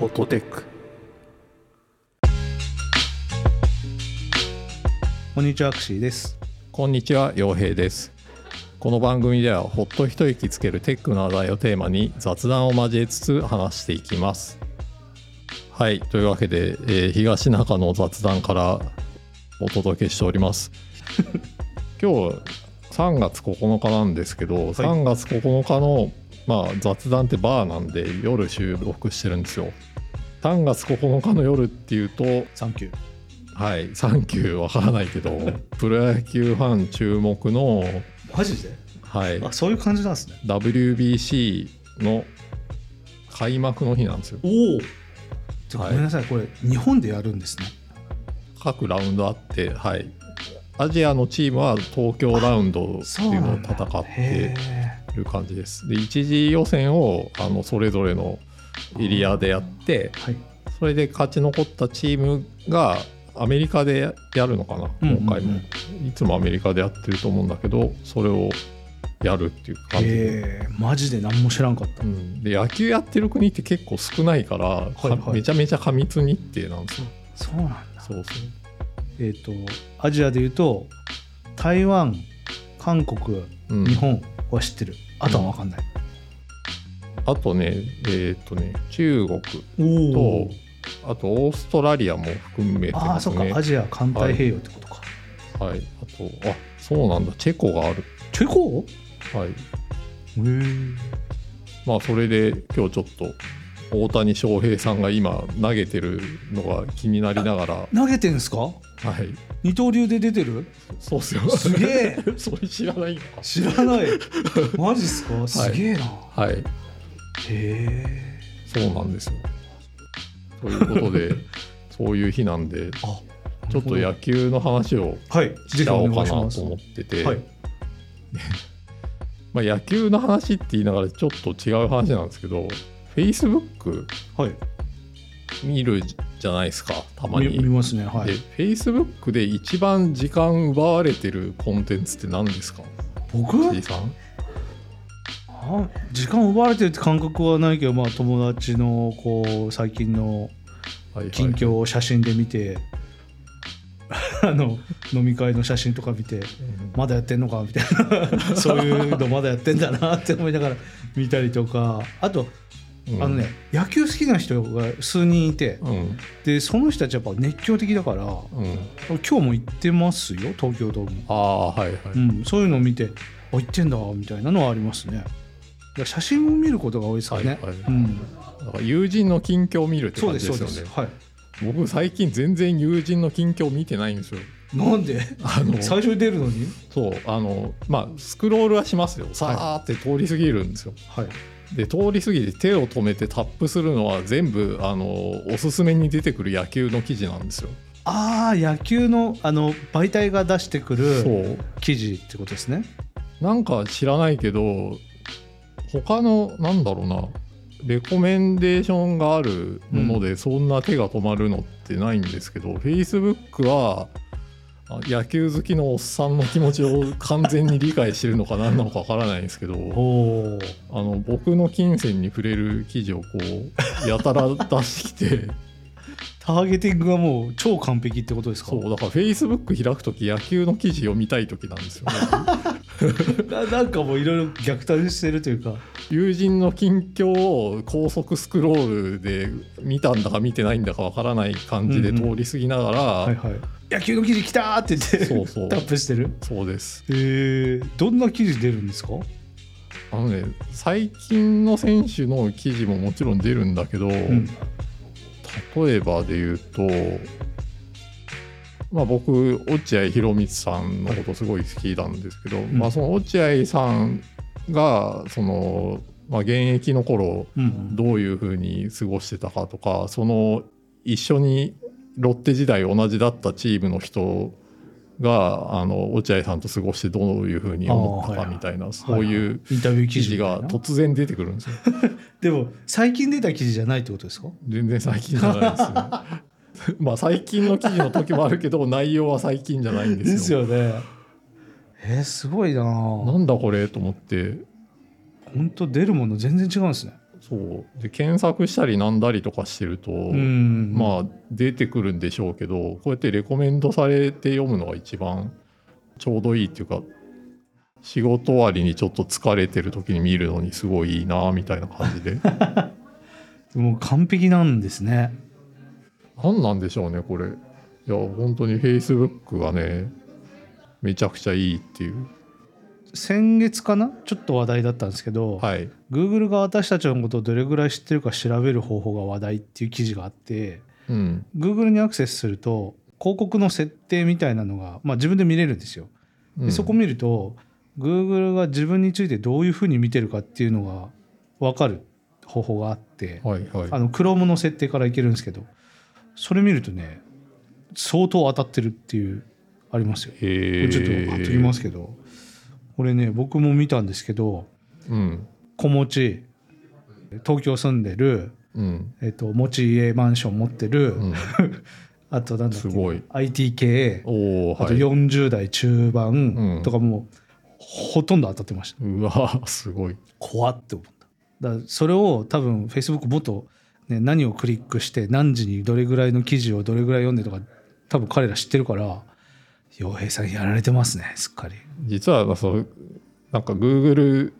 ォトテックこんにちはアクシーですこんにちは、洋平です。この番組では、ほっと一息つけるテックの話題をテーマに雑談を交えつつ話していきます。はい、というわけで、えー東中の雑談からお届けしております。今日3月9日なんですけど、3月9日の、まあ、雑談ってバーなんで夜収録してるんですよ。3月9日の夜っていうと、サンキューはい、サンキューわからないけど、プロ野球ファン注目の、マジではい、あそういう感じなんですね WBC の開幕の日なんですよ。おおじゃあはいごめんなさい、これ日本でやるんですね各ラウンドあって、はい、アジアのチームは東京ラウンドっていうのを戦ってへえる感じです。で、一次予選をあのそれぞれのエリアでやって、はいそれで勝ち残ったチームがアメリカでやるのかな、うんうんうん今回も。いつもアメリカでやってると思うんだけど、それをやるっていう感じで。へえマジで何も知らんかったうん、で野球やってる国って結構少ないから、いはいかめちゃめちゃ過密日程なんですよ。そうなんだそうそえっ、とアジアでいうと台湾韓国う、うん日本は知ってる、あとは分かんない、あとねえーっ、とね中国おとあとオーストラリアも含めてああまーすそっねかアジア環太平洋ってことか、はい、あとあそうなんだチェコがある、チェコはい、へえまあそれで今日ちょっと大谷翔平さんが今投げてるのが気になりな がら投げてんすかはい二刀流で出て るそうっ すよすげえそれ知らないのか知ら ないマジっすかすげえな、はいへえそうなんですよということ でそういう日なんであちょっと野球の話をはいしぜちひゃおおう願かいしなますと思ってて、はいまあ、野球の話って言いながらちょっと違う話なんですけど Facebook はい見るじゃないですかたまに。見見ますねはでい Facebook で一番時間奪われてるコンテンツって何ですか僕 ?T さんあ時間奪われてるって感覚はないけど、まあ、友達のこう最近のはいはい近況を写真で見て、 あの飲み会の写真とか見てうんまだやってんのかみたい なそういうのまだやってんだなって思いながら見たりとかあと、うんあのね野球好きな人が数人いてうんでその人たちやっぱ熱狂的だからうん今日も行ってますよ東京ドーム、ああはいはい、うん、そういうのを見てあ行ってんだみたいなのはありますねだから写真を見ることが多いですかね、はいはいうん、だから友人の近況を見るってそう感ですじでそうすでよねすはい僕最近全然友人の近況見てないんですよなんであ の最初に出るのにそうあのまあスクロールはしますよさーって通り過ぎるんですよ、はいで通り過ぎて手を止めてタップするのは全部あのおすすめに出てくる野球の記事なんですよ、ああ野球のあの媒体が出してくるそう記事ってことですねなんか知らないけど他のなんだろうなレコメンデーションがあるものでそんな手が止まるのってないんですけど、Facebook はあ野球好きのおっさんの気持ちを完全に理解してるのか何なのかわからないんですけ どおおあの僕の金銭に触れる記事をこうやたら出してきてターゲティングがもう超完璧ってことですか そうだから Facebook 開く時野球の記事を見たい時なんですよね。ななんかもういろいろ逆転してるというか友人の近況を高速スクロールで見たんだか見てないんだかわからない感じでうんう通り過ぎながら、はいはい野球の記事来たーって言ってそうそうタップしてるそうですへえどんな記事出るんですかあのね最近の選手の記事ももちろん出るんだけど、うん例えばで言うと、まあ、僕落合博満さんのことすごい好きなんですけど、んまあ、その落合さんがその、まあ、現役の頃うんどういうふうに過ごしてたかとかその一緒にロッテ時代同じだったチームの人があの落合さんと過ごしてどういうふうに思ったあーかはいみたいなそういうインタビュー記記事事みたいがな突然出てくるんですよ。でも最近出た記事じゃないってことですか全然最近じゃないですよ。 まあ最近の記事の時もあ るけど内容は最近じゃないんですよ。ですよねえー、すごいななんだこれと思って本当出るもの全然違うんですねそうで検索したりなんだりとかしてると、うんまあ出てくるんでしょうけどこうやってレコメンドされて読むのが一番ちょうどいいっていうか仕事終わりにちょっと疲れてる時に見るのにすごいいいなみたいな感 じでもう完璧なんですね何なんでしょうねこれいや本当に Facebook がねめちゃくちゃいいっていう先月かなちょっと話題だったんですけど、はい Google が私たちのことをどれぐらい知ってるか調べる方法が話題っていう記事があってうん Google にアクセスすると広告の設定みたいなのが、まあ、自分で見れるんですよ。うでんそこ見ると Google が自分についてどういうふうに見てるかっていうのが分かる方法があって、はいはいあの Chrome の設定からいけるんですけどそれ見るとね相当当たってるっていうありますよ。へーちょっと貼っときますけどこれね僕も見たんですけどうん子持ち東京住んでる、うんえっと持ち家マンション持ってる、うんあとなんだっすけごい IT 系おおあとはい40代中う盤んとかもうほとんど当たってましたうわすごい怖って思っただからそれを多分 Facebook もっと、ね、何をクリックして何時にどれぐらいの記事をどれぐらい読んでとか多分彼ら知ってるから洋平さんやられてますねすっかり実はそうなんか Google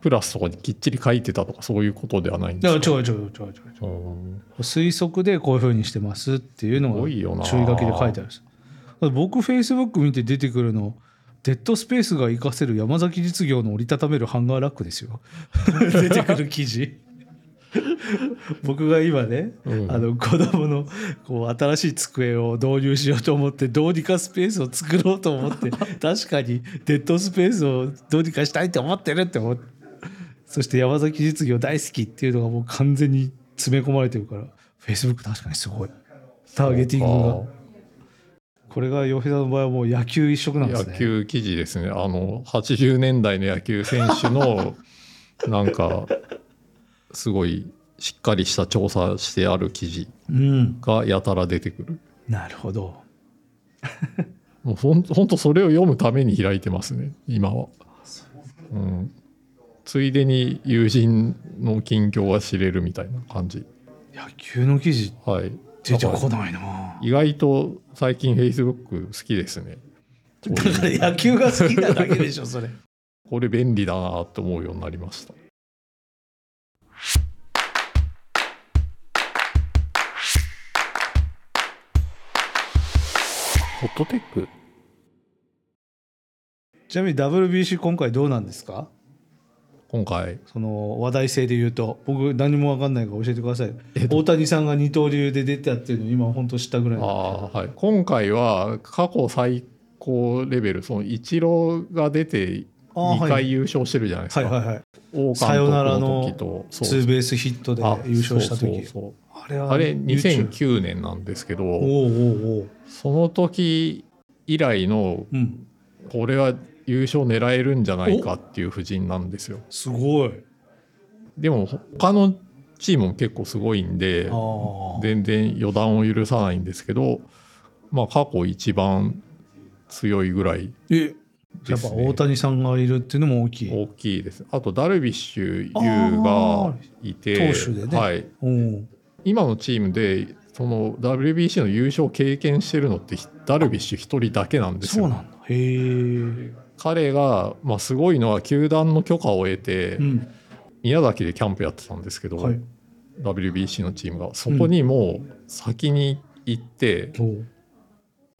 プラスとかにきっちり書いてたとかそういうことではないんでだかすらかちょいちょいちょいちょいちょうんい推測でこういうふうにしてますっていうのすがご注い意よな書きで書いてあるんですだから僕 Facebook 見て出てくるのデッドスペースが活かせる山崎実業の折りたためるハンガーラックですよ 出てくる記事僕が今ねうんあの子供のこう新しい机を導入しようと思ってどうにかスペースを作ろうと思って 確かにデッドスペースをどうにかしたいって思ってるって思ってそして山崎実業大好きっていうのがもう完全に詰め込まれてるから Facebook 確かにすごいターゲティングがこれが洋平さんの場合はもう野球一色なんですね野球記事ですねあの80年代の野球選 手のなんかすごいしっかりした調査してある記事うんがやたら出てくるなるほどもうほんほんとそれを読むために開いてますね今は、うん、ついでに友人の近況が知れるみたいな感じ野球の記事はい出てこないな意外と最近 Facebook 好きですね。こうだいう から野球が好きなだけでしょそれこれ便利だなと思うようになりました。ホットテックちなみに WBC 今回どうなんですか今回その話題性で言うと僕何も分かんないから教えてくださいえっと大谷さんが二刀流で出てたっていうのを今本当知ったぐらいあー、はい、今回は過去最高レベルそのイチローが出てあー2はい回優勝してるじゃないですはいか。はいはい王サヨナラ監督のの時とツそうーベースヒットであ優勝した時そうそうあれそうはあれ YouTube 2009年なんですけど。おうおうおうその時以来のうんこれは優勝狙えるんじゃないかっていう布陣なんですよすごいでも他のチームも結構すごいんであー全然予断を許さないんですけどまあ過去一番強いぐらいえやでっぱす、ね、大谷さんがいるっていうのも大きい大きいですあとダルビッシュ有がいてあー投手でねはい、おう今のチームでその WBC の優勝を経験してるのってダルビッシュ一人だけなんですそようなんだへえ彼が、まあ、すごいのは球団の許可を得て、うん宮崎でキャンプやってたんですけど、はい WBC のチームがそこにもう先に行って、おう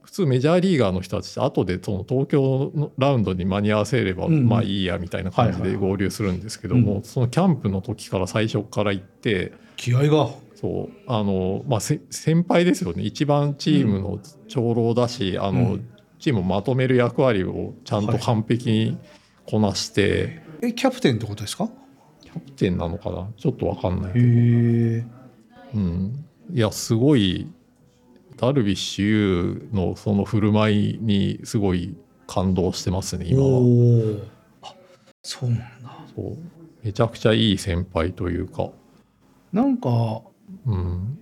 普通メジャーリーガーの人たちって後でその東京のラウンドに間に合わせれば、うんまあいいやみたいな感じはいではいは合流するんですけども、うんそのキャンプの時から最初から行って気合がそうあの、まあ、せ先輩ですよね一番チームの長老だし、あうのんチームをまとめる役割をちゃんと完璧にこなして。えキャプテンってことですかキャプテンなのかなちょっとわかんないへけど、えうん、いやすごいダルビッシュ有のその振る舞いにすごい感動してますね今はおーあそうなんだそうめちゃくちゃいい先輩というか、なんかうん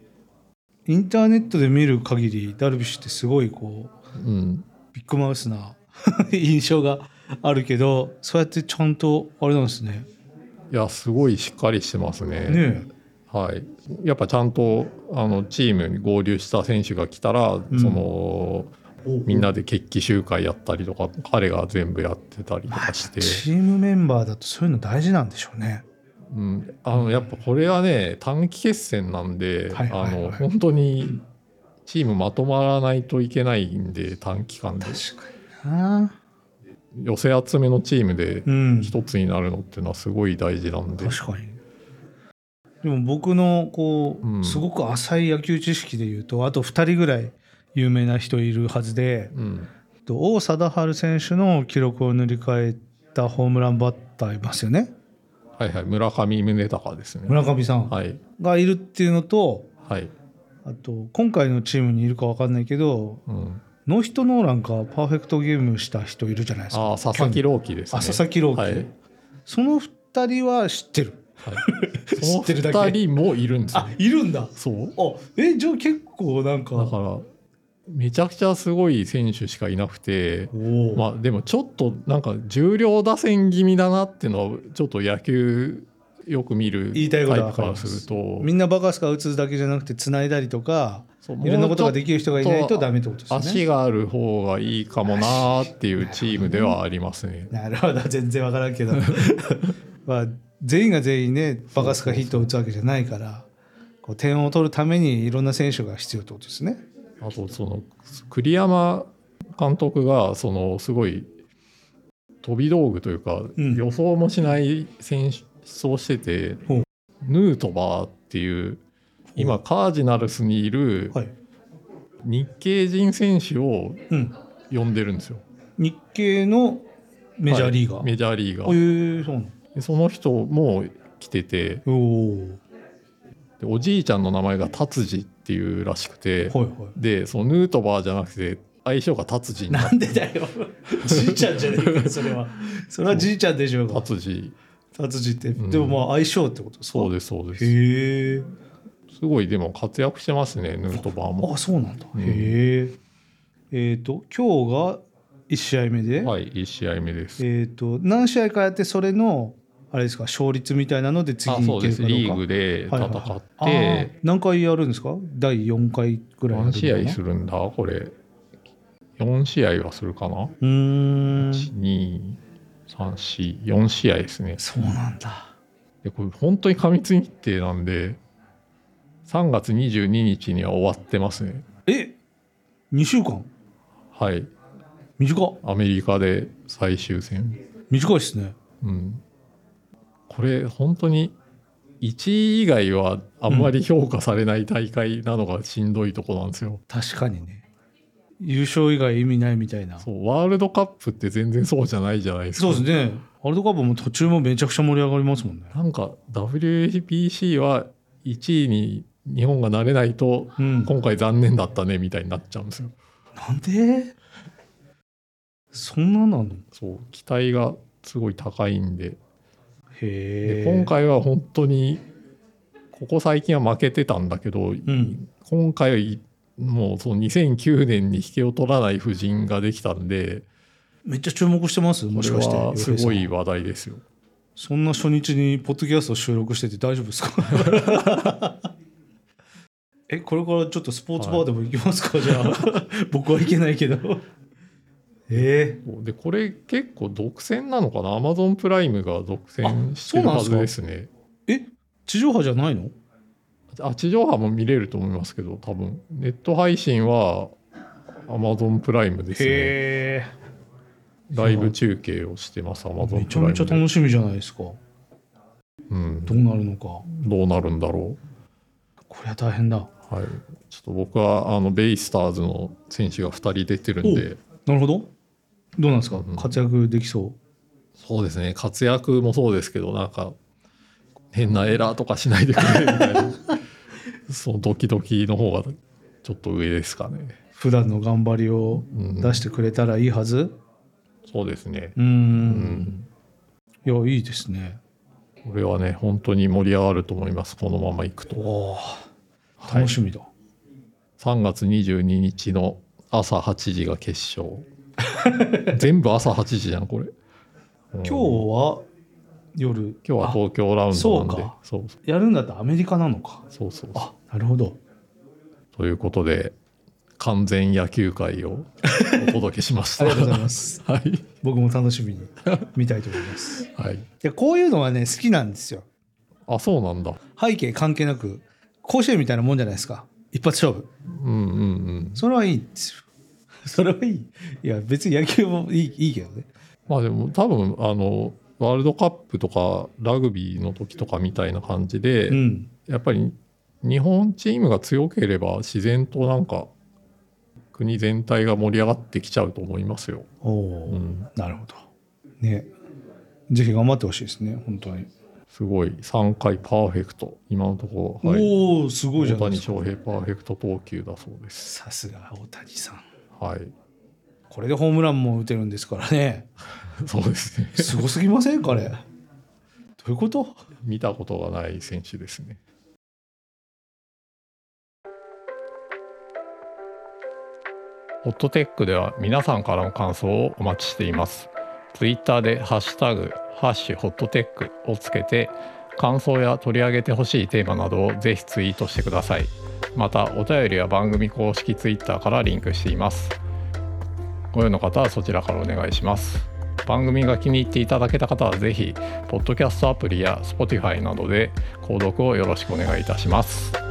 インターネットで見る限りダルビッシュってすごいこううん、ビッグマウ スな印象があるけどそうやってちゃんとあれなんですねいやすごいしっかりしてますねねはい、やっぱちゃんとあのチームに合流した選手が来たら、んそのえみんなで決起集会やったりとか彼が全部やってたりとかして、チームメンバーだとそういうの大事なんでしょうね。うん、あのやっぱこれはね短期決戦なんで、はいはいはいあの本当にチームまとまらないといけないんで短期間で確かにな。寄せ集めのチームでうん。一つになるのっていうのはすごい大事なんで、確かに。でも僕のこう、うんすごく浅い野球知識で言うとあと2人ぐらい有名な人いるはずでうん、と王貞治選手の記録を塗り替えたホームランバッターいますよねはいはい村上宗隆ですね。村上さんはい、がいるっていうのとはいあと今回のチームにいるか分かんないけどうん、ノーヒットノーランかパーフェクトゲームした人いるじゃないですかあー佐々木朗希ですね。あ佐々木朗希、はいその2人は知ってるはい、 知ってるだけその二人もいるんですよ。いるんだそう。あえじゃあ結構なんかだから、めちゃくちゃすごい選手しかいなくて、おお、まあでもちょっとなんか重量打線気味だなっていうのは、ちょっと野球よく見るタ言いたいイことはプからすると、みんなバカスカ打つだけじゃなくて繋いだりとかそういろんなことができる人がいないとダもうメってことちょっとです足ねがある方がいいかもなーっていうチームではありますね。なるほど全然わからん けどまあ全員が全員ねバカスカヒットを打つわけじゃないからこう点を取るためにいろんな選手が必要ってことですねあとその栗山監督がそのすごい飛び道具というかうん予想もしない選手をしててほうヌートバーっていう今カージナルスにいるはい、日系人選手をうん、呼んでるんですよ日系のメジャーリーガー、はいメジャーリーガおえーそうなのでその人も来てておおでおじいちゃんの名前が達治っていうらしくてはいはいでそのヌートバーじゃなくて相性が達治になっなんでだよ。じいちゃんじゃねえか、それは。それはじいちゃんでしょうが。達治達治って、んでもまあ相性ってことですか。そうでですそうですへえ。すごいでも活躍してますね、ヌートバーも。あ、そうなんだ。うんへえ。えっと、今日が一試合目で。はい、1試合目です。えっと、何試合かやって、それの。あれですか、勝率みたいなので、次あに行そうけでるかすどうか。リーグで戦はいっはいはいあてー、何回やるんですか。第四回ぐらいやるの何かな。試合するんだ、これ。4試合はするかなうーん。 ?1、2、3、4、4試合ですね。そうなんだ。でこれ本当に過密日程なんで、3月22日には終わってますね。え。二週間。はい、短っ。アメリカで最終戦。短いですね。うん、これ本当に1位以外はあんまり評価されない大会なのがしんどいとこなんですよ。確かにね優勝以外意味ないみたいなそそうワールドカップって全然そうじゃないじゃないでうすか。ですねワールドカップも途中もめちゃくちゃ盛り上がりますもんねなんか WBC は1位に日本がなれないとうん今回残念だったねみたいになっちゃうんですよ。なんでそんななのそう期待がすごい高いんでへでえ今回は本当にここ最近は負けてたんだけど、うん今回はいもうその2009年に引けを取らない布陣ができたんでめっちゃ注目してますもこしれかしてはすご洋平いさん話題ですよ。そんな初日にポッドキャスト収録してて大丈夫ですか えこれからちょっとスポーツバーでも行きますか、じゃ あ僕は行けないけどええでこれ結構独占なのかなアマゾンプライムが独占してるあはそうずなんでですね。え地上波じゃないのあ地上波も見れると思いますけど多分ネット配信はアマゾンプライムですね。へえライブ中継をしてますアマゾめンちプゃラめイムちゃで。楽しみじゃないですかうん、どうなるのかどうなるんだろこりゃ大変だう。はい、ちょっと僕はあのベイスターズの選手が2人出てるんで。なるほどどうなんですか、うん活躍できそそうですね活躍もそうですけどなんか変なエラーとかしないでくれみた いなそのドキドキの方がちょっと上ですかねう、普段の頑張りをうん、出してくれたらいいはずそうですね、うーんうん、いやいいですねこれはね本当に盛り上がると思いますこのままいくとおー楽しみだ、 3月22日の朝8時が 決勝全部朝8時じゃんこれ今日は夜今日は東京ラウンドなんであそうあやるんだったらアメリカなのかそうそうそうあなるほどということで完全野球界をお届けしましありたがとうございます はい、僕も楽しみに見たいと思いますい はい、やこういうのはね好きなんですよあそうなんだ背景関係なく甲子園みたいなもんじゃないですか一発勝負うんうんうんそれはいいんですよ それはいいいや別に野球もいいいいけどねまあでも多分あのワールドカップとかラグビーの時とかみたいな感じで、うんやっぱり日本チームが強ければ自然となんか国全体が盛り上がってきちゃうと思いますよ。おお、うん、なるほどねぜひ頑張ってほしいですね本当に、すごい3回パーフェクト今のところ、はい、おおすごいじ大ゃないです谷か翔平パーフェクト投球だそうです。さすが大谷さんはい、これでホームランも打てるんですからねそうですねすごすぎませんかねどういうこと見たことがない選手ですね。ホットテックでは皆さんからの感想をお待ちしています。ツイッターでハッシュタグハッシュホットテックをつけて感想や取り上げてほしいテーマなどをぜひツイートしてください。またお便りは番組公式ツイッターからリンクしています。ご用の方はそちらからお願いします。番組が気に入っていただけた方はぜひポッドキャストアプリや Spotify などで購読をよろしくお願いいたします。